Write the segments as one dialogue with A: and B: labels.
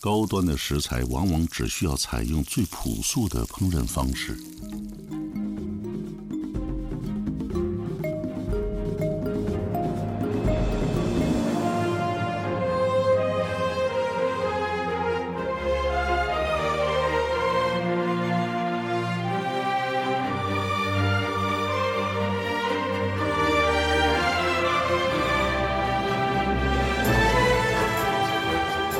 A: 高端的食材往往只需要采用最朴素的烹饪方式。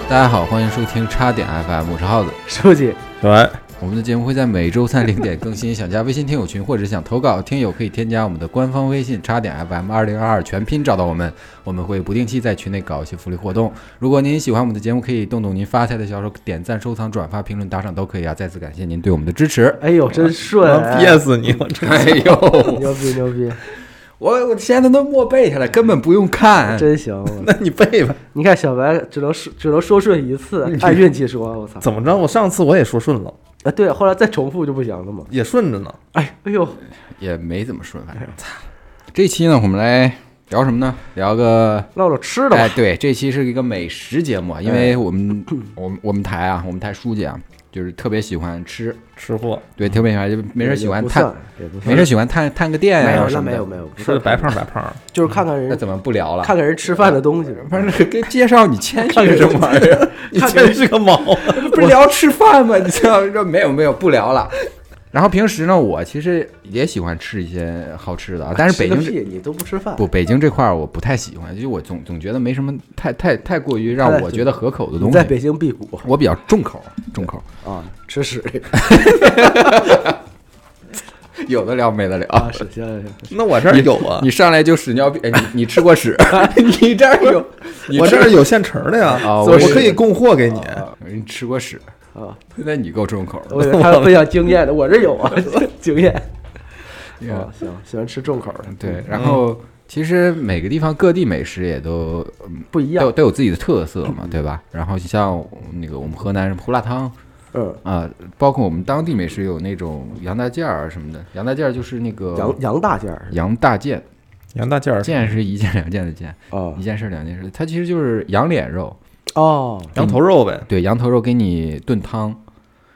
B: 大家好，欢迎收听叉点 FM，我是耗子。
C: 书记，
D: 小白，
B: 我们的节目会在每周三零点更新。想加微信听友群或者想投稿，听友可以添加我们的官方微信“叉点 FM 二零二二”，全拼找到我们。我们会不定期在群内搞一些福利活动。如果您喜欢我们的节目，可以动动您发财的小手，点赞、收藏、转发、评论、打赏都可以啊！再次感谢您对我们的支持。
C: 哎呦，真顺、
D: 我憋死你！我这
B: 哎呦，
C: 牛逼牛逼，
B: 我我现在都默背下来，根本不用看。
C: 真行！我
D: 那你背吧，
C: 你看小白只能 说只能说顺一次，按运气说，我操！
D: 怎么着？我上次我也说顺了，
C: 啊，对，后来再重复就不行了嘛。
D: 也顺着呢。
C: 哎，哎呦，
B: 也没怎么顺，反正。这期呢，我们来聊什么呢？聊个
C: 唠唠吃的
B: 哎，
C: 吧。哎
B: 对，这期是一个美食节目啊，因为我 们、我们我们台啊，我们台书记啊，就是特别喜欢吃，
D: 吃货
B: 对，特别喜欢，就没
C: 嗯也
B: 事喜欢
C: 不
B: 探
C: 算，，也不算
B: 没事喜欢探探个店
C: 没
B: 呀、
C: 有，
B: 什
C: 那
B: 么
C: 没
B: 的
C: 有。没有，不
D: 吃
C: 算
D: 的白胖白 胖，
C: 就是看看
B: 那
C: 人
B: 怎么不聊了？
C: 看看人吃饭的东西。
B: 不是跟介绍你谦虚什么玩意 儿？
D: 你真是个毛！啊
B: 这不是聊吃饭吗？你这样说没有没有不聊了。然后平时呢，我其实也喜欢吃一些好吃的啊，但是北京
C: 吃
B: 这
C: 个屁啊你都不吃饭，
B: 不北京这块儿我不太喜欢，就我总总觉得没什么太太太过于让
C: 太
B: 我觉得合口的东
C: 你在北
B: 西。
C: 京辟谷
B: 我比较重口，重口。
C: 啊，吃屎
B: 有的聊没得聊
C: 啊，。是行行行，
D: 那我这儿有啊，
B: 你上来就屎尿屁，哎你你吃过屎？你这儿有，你
D: 我这
B: 吃
D: 儿有现成的呀，
B: 啊
D: 我
B: 我
D: 可以供货给你。
B: 你吃过屎？
C: 啊，
B: 那你够重口
C: 我
B: 的。
C: 以为他要分享经验的，我这有啊，经 验
B: 对
C: 啊，行，喜欢吃重口的，
B: 对，然后其实每个地方各地美食也都嗯
C: 不一
B: 都有
C: 样，
B: 都有自己的特色嘛，对吧？然后像那个我们河南什么胡辣汤
C: 嗯，
B: 啊，包括我们当地美食有那种羊大件儿啊什么的，羊大件儿就是那个
C: 羊羊大件儿
B: 羊大件，
D: 杨大件儿，
B: 件是一件两件的件，
C: 啊
B: 一件事两件事，它其实就是羊脸肉。
C: 哦，
D: 羊头肉呗。
B: 对，羊头肉给你炖汤，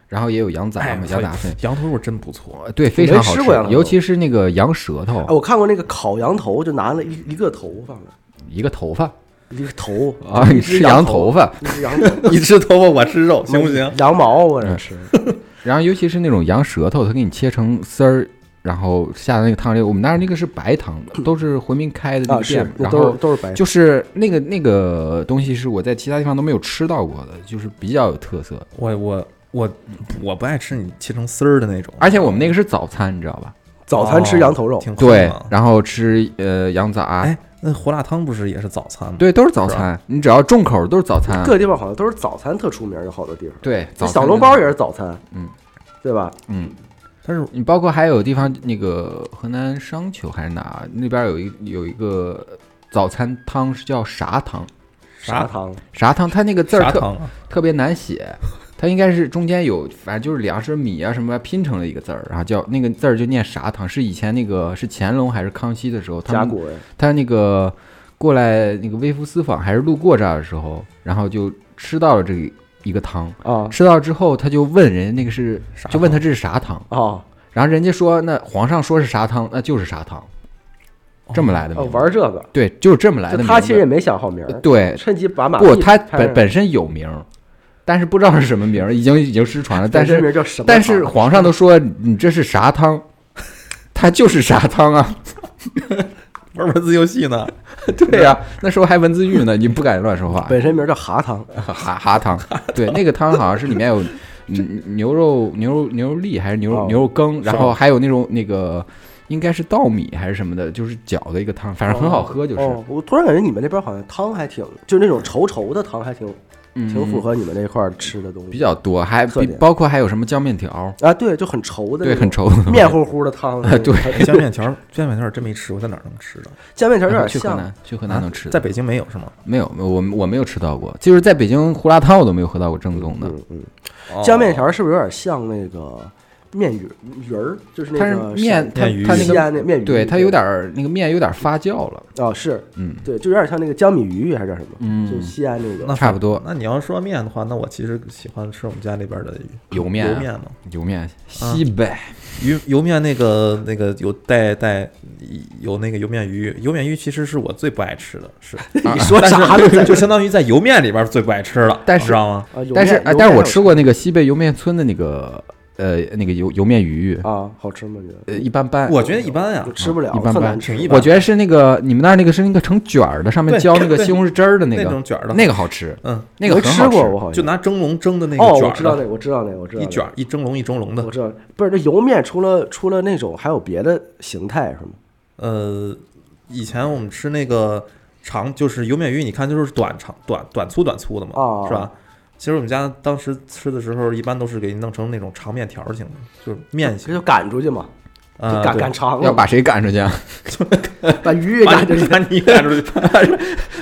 B: 然后也有羊杂
D: 哎
B: 嘛，
D: 我
B: 羊杂
D: 操
B: 粉，
D: 羊头肉真不错，
B: 对，非
C: 没
B: 常好
C: 吃过羊
B: 尤
C: 头
B: 其是那个羊舌头，
C: 哎，我看过那个烤羊头，就拿了一一个头放着，
B: 一个头发
C: 哦一个头
B: 啊，你吃羊头，发，
C: 一只羊头，
D: 你吃头发我吃 肉，行不行？
C: 羊毛啊我
B: 嗯
C: 这吃，
B: 然后尤其是那种羊舌头，它给你切成丝儿。然后下的那个汤里，我们那儿那个是白汤的，都是回民开的那
C: 啊
B: 个店
C: 是
B: 嘛，，
C: 那
B: 然
C: 都
B: 后
C: 是都是白，
B: 就是那个那个东西是我在其他地方都没有吃到过的，就是比较有特
C: 哦
B: 色。
D: 我我我我不爱吃你切成丝儿的那种，哦
B: 而且我们那个是早餐，你知道
C: 哦
B: 吧？
C: 早餐吃羊头肉，
D: 挺酷
B: 对
D: 的，。
B: 然后吃呃羊杂，
D: 哎，那胡辣汤不是也是早餐吗？
B: 对，都是早
D: 是吧
B: 餐。你只要重口都是早餐啊。
C: 各地方好像都是早餐特出名，有好多地方，
B: 对，早
C: 那小
B: 餐
C: 笼
B: 真
C: 包
B: 的
C: 也是早餐，
B: 嗯，
C: 对吧？
B: 嗯，
D: 但是
B: 你包括还有地方那个河南商丘还是哪那边有一有一个早餐汤是叫啥汤？
C: 砂
D: 啥
C: 糖
B: 啥汤？它那个字
D: 啥
B: 儿特
D: 汤啊？
B: 特别难写，它应该是中间有反正就是粮食米啊什么拼成了一个字儿，然后叫那个字儿就念啥汤？是以前那个是乾隆还是康熙的时候，他
C: 甲
B: 们
C: 骨文，
B: 他那个过来那个微服私访还是路过这儿的时候，然后就吃到了这个一个汤，
C: 啊
B: 吃到之后他就问人那个是
D: 啥
B: 就问他这是啥汤。
C: 啊，
B: 然后人家说，那皇上说是啥汤，那就是啥汤，这么来的名
C: 哦
B: 字。
C: 玩这个，
B: 对，就是这么来的
C: 就
B: 名字。
C: 他其实也没想好名儿
B: 呃，对，
C: 趁机把马
B: 不，
C: 屁
B: 他
C: 拍
B: 本
C: 上
B: 本身有名儿，但是不知道是什么名儿，已经已经失传了。但
C: 本身
B: 是
C: 名叫什么汤？
B: 但是皇上都说你这是啥汤，他就是啥汤 啊。
D: 玩文字游戏呢？
B: 对呀、那时候还文字狱呢，你不敢乱说话。
C: 本身名叫蛤汤，
B: 哈哈汤，对，那个汤好像是里面 有嗯牛肉、牛肉、牛肉粒还是牛肉、
C: 哦
B: 牛肉羹，然
D: 是
B: 后还有那种那个应该是稻米还是什么的，就是搅的一个汤，反正很好喝，就是、
C: 哦，我突然感觉你们那边好像汤还挺，就那种稠稠的汤还挺
B: 嗯
C: 挺符合你们那块儿吃的东
B: 比
C: 西
B: 较多，还
C: 特
B: 比
C: 点
B: 包括还有什么酱面条，
C: 啊，对，就很稠的
B: 对，
C: 那种，
B: 很稠的东西，，
C: 面乎乎的 汤
B: 对
C: 那种
D: 哎酱面条儿，酱面条儿真没吃过，在哪儿能吃着？
C: 酱面条有点
B: 去河
C: 像啊
B: 南，去河南能吃
D: 在
B: 的，
D: 北京没有是吗？
B: 没有，我我没有吃到过，就是在北京胡辣汤我都没有喝到过正宗的，
D: 哦
C: 嗯嗯，酱面条是不是有点像那个面鱼鱼儿，就是那
B: 它是
C: 个
B: 面，它
D: 面鱼
B: 它那
C: 西
B: 个
C: 安那面鱼，
B: 对它有点儿那个面有点儿发酵了，
C: 哦，是
B: 嗯
C: 对，就有点像那个江米鱼还是叫什么？就
B: 嗯，
C: 西安那个
D: 那
B: 差不多
D: 那你要说面的话，那我其实喜欢吃我们家那边的鱼
B: 油面啊
D: 油面嘛，
B: 油面西北
D: 鱼油面那个那个有带带有那个油面鱼，油面鱼其实是我最不爱吃的， 是
B: 啊
C: 你说
D: 但
C: 啥
D: 是
C: 了？
D: 就相当于在油面里边最不爱吃了，
B: 但
D: 你知
B: 是
D: 道吗？
C: 啊，有
B: 但是
C: 面
B: 哎，
C: 有
B: 但是
C: 面
B: 我
C: 好
B: 吃过那个西北莜面村的那个呃那个油油面鱼，
C: 啊，好吃吗？觉得
B: 呃一般般。
D: 我觉得一般呀
C: 我，吃不了，
B: 一般
C: 特
B: 般
C: 难吃
D: 挺一般
B: 我觉得是那个你们那儿那个是那个成卷儿的，上面
D: 对
B: 浇那个
D: 对
B: 西红柿汁儿的那
D: 那
B: 个
D: 种卷儿的，
B: 那个好吃，
D: 嗯，
B: 那个
C: 没
B: 很好
C: 吃过，我
B: 吃。
C: 好像
D: 就拿蒸笼蒸的那
C: 哦，
D: 个卷
C: 我
D: 儿
C: 知道那
D: 的，
C: 个，我知道那个，我知道
D: 一
C: 那个
D: 卷儿一蒸笼一蒸笼的
C: 我，知道，不是这油面除了除了那种，还有别的形态是吗？
D: 呃，以前我们吃那个长，就是油面鱼，你看就是短长短短粗短粗的嘛，
C: 哦
D: 是吧？其实我们家当时吃的时候，一般都是给你弄成那种长面条儿型的，就是面
C: 这
D: 型，
C: 就赶出去嘛，就
D: 啊，
C: 赶
D: 对
C: 赶长
B: 要
C: 了嘛，
B: 把谁赶出去啊？
C: 把鱼也
D: 把
C: 赶出
D: 你
C: 去，
D: 把你赶出去，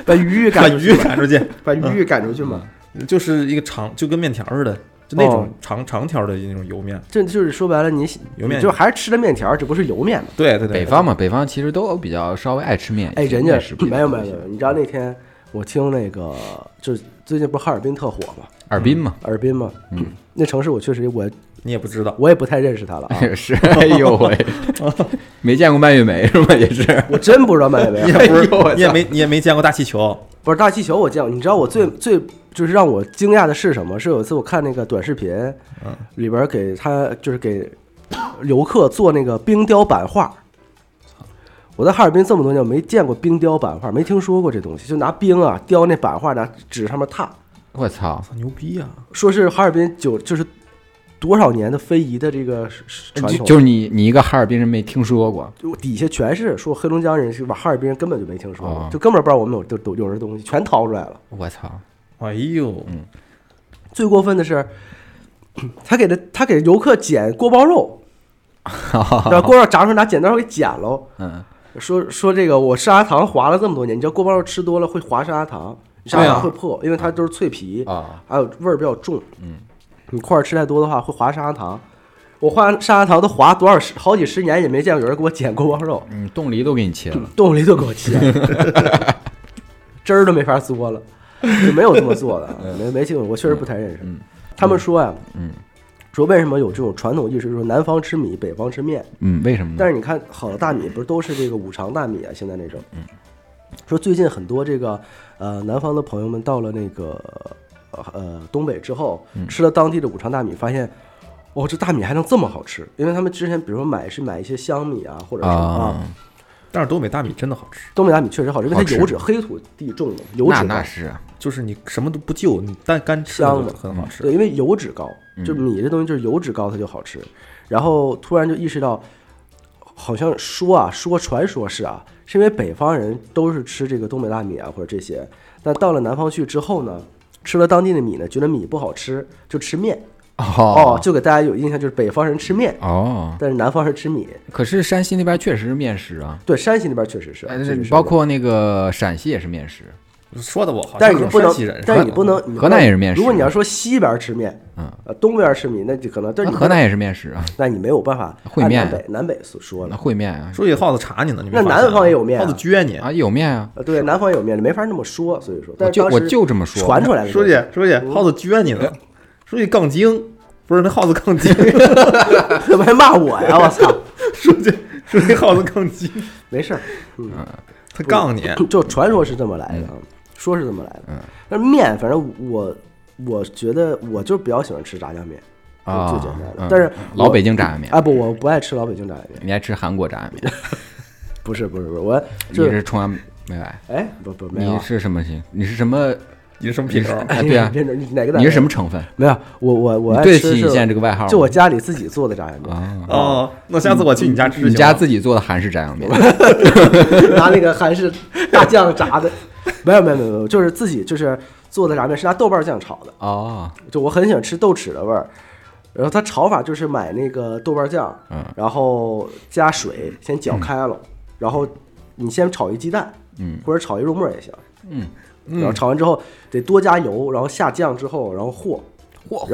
C: 把鱼也
D: 把
C: 赶出去
D: 鱼嗯
C: 嘛，
D: 赶出去，
C: 把鱼也赶出去嘛。
D: 就是一个长，就跟面条似的，就那
C: 哦
D: 种长长条的那种油面。
C: 这就是说白了，你
D: 油面
C: 你就还是吃的面条儿，只不过是油面嘛。
D: 对对对，
B: 北方嘛，北方其实都比较稍微爱吃面。
C: 哎，人家
B: 面食比较
C: 没有没
B: 多
C: 有
B: 一
C: 没
B: 些
C: 有，你知道那天我听那个，就是最近不是哈尔滨特火嘛，
B: 哈尔滨嘛，
C: 哈尔滨嘛，嗯，那城市我确实我
D: 你也不知道，
C: 我也不太认识它了 啊，
B: 是，哎呦喂， 没见过蔓越莓是吧？也是，
C: 我真不知道蔓越莓
D: 你也
C: 好。
D: 不 是
B: 哎呦我，
D: 你也没你也没见过大气球，
C: 不是大气球，我见过。你知道我最最就是让我惊讶的是什么？是有一次我看那个短视频，里边给他就是给游客做那个冰雕版画。我在哈尔滨这么多年，我没见过冰雕版画，没听说过这东西。就拿冰啊雕那版画，拿纸上面拓，
B: 我操！
D: 操牛逼啊呀！
C: 说是哈尔滨九就是多少年的非遗的这个传
B: 就
C: 统，
B: 就是你，你一个哈尔滨人没听说过，
C: 就底下全是说黑龙江人，是吧？哈尔滨人根本就没听说过
B: 哦，
C: 就根本不知道我们有有有这东西，全掏出来了。
B: 我操！
D: 哎呦，
C: 最过分的是，他给他他给游客剪锅包肉，然后锅包肉炸出来拿剪刀给剪喽，
B: 嗯，
C: 说说这个我砂糖滑了这么多年，你知道锅包肉吃多了会滑砂糖，砂
D: 对啊
C: 糖会破，因为它都是脆皮，
B: 啊，
C: 还有味儿比较重。嗯，你块儿吃太多的话会滑砂糖。我滑砂糖都滑多少十好几十年也没见过有人给我剪锅包肉，
B: 嗯，冻梨都给你切 了，
C: 冻梨都给我切了，汁儿都没法嘬了，就没有这么做的，没没见过，我确实不太认识。他们说呀、啊
B: 嗯
C: 说为什么有这种传统意识，说南方吃米，北方吃面？
B: 嗯，为什么呢？
C: 但是你看，好的大米不是都是这个五常大米啊？现在那
B: 嗯
C: 种，说最近很多这个呃南方的朋友们到了那个呃东北之后，
B: 嗯
C: 吃了当地的五常大米，发现。哦，这大米还能这么好吃？因为他们之前，比如说买是买一些香米啊，或者是啊，
B: 啊，
D: 但是东北大米真的好吃，
C: 东北大米确实好吃，因为
B: 好
C: 它
B: 吃
C: 油脂，黑土地种的，油
B: 那
C: 脂
B: 那
C: 高，
B: 是啊
D: 就是你什么都不就，你单干吃
C: 香
D: 就
C: 的
D: 很好吃。
C: 对，因为油脂高，
B: 嗯
C: 就米这东西就是油脂高，它就好吃。然后突然就意识到，好像说啊说传说是啊，是因为北方人都是吃这个东北大米啊或者这些，但到了南方去之后呢，吃了当地的米呢，觉得米不好吃，就吃面。哦，
B: 哦
C: 就给大家有印象就是北方人吃面，
B: 哦，
C: 但是南方人吃米。
B: 可是山西那边确实是面食啊，
C: 对，山西那边确实是，啊
B: 哎
C: 确实是
B: 包。括那个陕西也是面食，
D: 说的我好像
C: 但是你
D: 是
C: 不能
D: 山西人，，
C: 但是你不能，你不
B: 河
C: 能
B: 南也是面食
C: 如果你要说西边吃面，
B: 嗯
C: 呃，东边吃米，那就可能，但
B: 那
C: 是你
B: 河南也是面食啊，
C: 那你没有办法
B: 烩
C: 按
B: 面
C: 南北南北所说
B: 那
C: 了
B: 烩面啊
D: 说起耗子查你呢，你没
C: 那
D: 发
C: 南
D: 现
C: 方也
D: 吗
C: 有面啊
D: 耗子撅你。
B: 啊，有面啊，
C: 呃，对，南方有面，没法那么说，所以说，但
B: 我
C: 是
B: 就
C: 当时
B: 我就这么说，
C: 传出来的
D: 书
C: 东西
D: 记，书记，
C: 嗯
D: 耗子撅你呢。 书记杠精，不是那耗子杠精，
C: 怎么还 骂我呀？我操，
D: 书记，书记耗子杠精，
C: 没事儿，嗯
D: 他杠你。
B: 嗯
C: 就传说是这么来的，啊，说是这么来的。但是面，反正我我觉得我就比较喜欢吃炸酱面，
B: 啊
C: 就最简单的
B: 嗯。
C: 但是
B: 老
C: 我
B: 北京炸酱面，
C: 啊不，我不爱吃老北京炸酱面，
B: 你爱吃韩国炸酱面，
C: 不是不是不是，我
B: 你
C: 就是
B: 崇洋媚外，
C: 哎不不没有
B: 你
C: 啊，
B: 是什么型？你是什么？
D: 你是什么品种？
B: 哎，对 啊，
C: 别别哪个
B: 你是什
C: 么
B: 么成分？
C: 没有？我我我
B: 你
C: 爱
B: 对得
C: 吃
B: 起你
C: 是
B: 现在这个外号吗？
C: 就我家里自己做的炸酱面，
B: 啊，
D: 哦，那下次我去你家
C: 啊
D: 吃。
B: 你家自己做的韩式炸酱 面，
C: 拿那个韩式大酱炸的，没有没有没有没有，就是自己就是做的炸面是拿豆瓣酱炒的，
B: 哦，
C: 就我很喜欢吃豆豉的味儿。然后它炒法就是买那个豆瓣酱，
B: 嗯
C: 然后加水先搅开了，然后你先炒一鸡蛋，
B: 嗯，
C: 或者炒一肉末也行，
B: 嗯，
C: 然后炒完之后得多加油，然后下酱之后，然后和，
B: 嚯，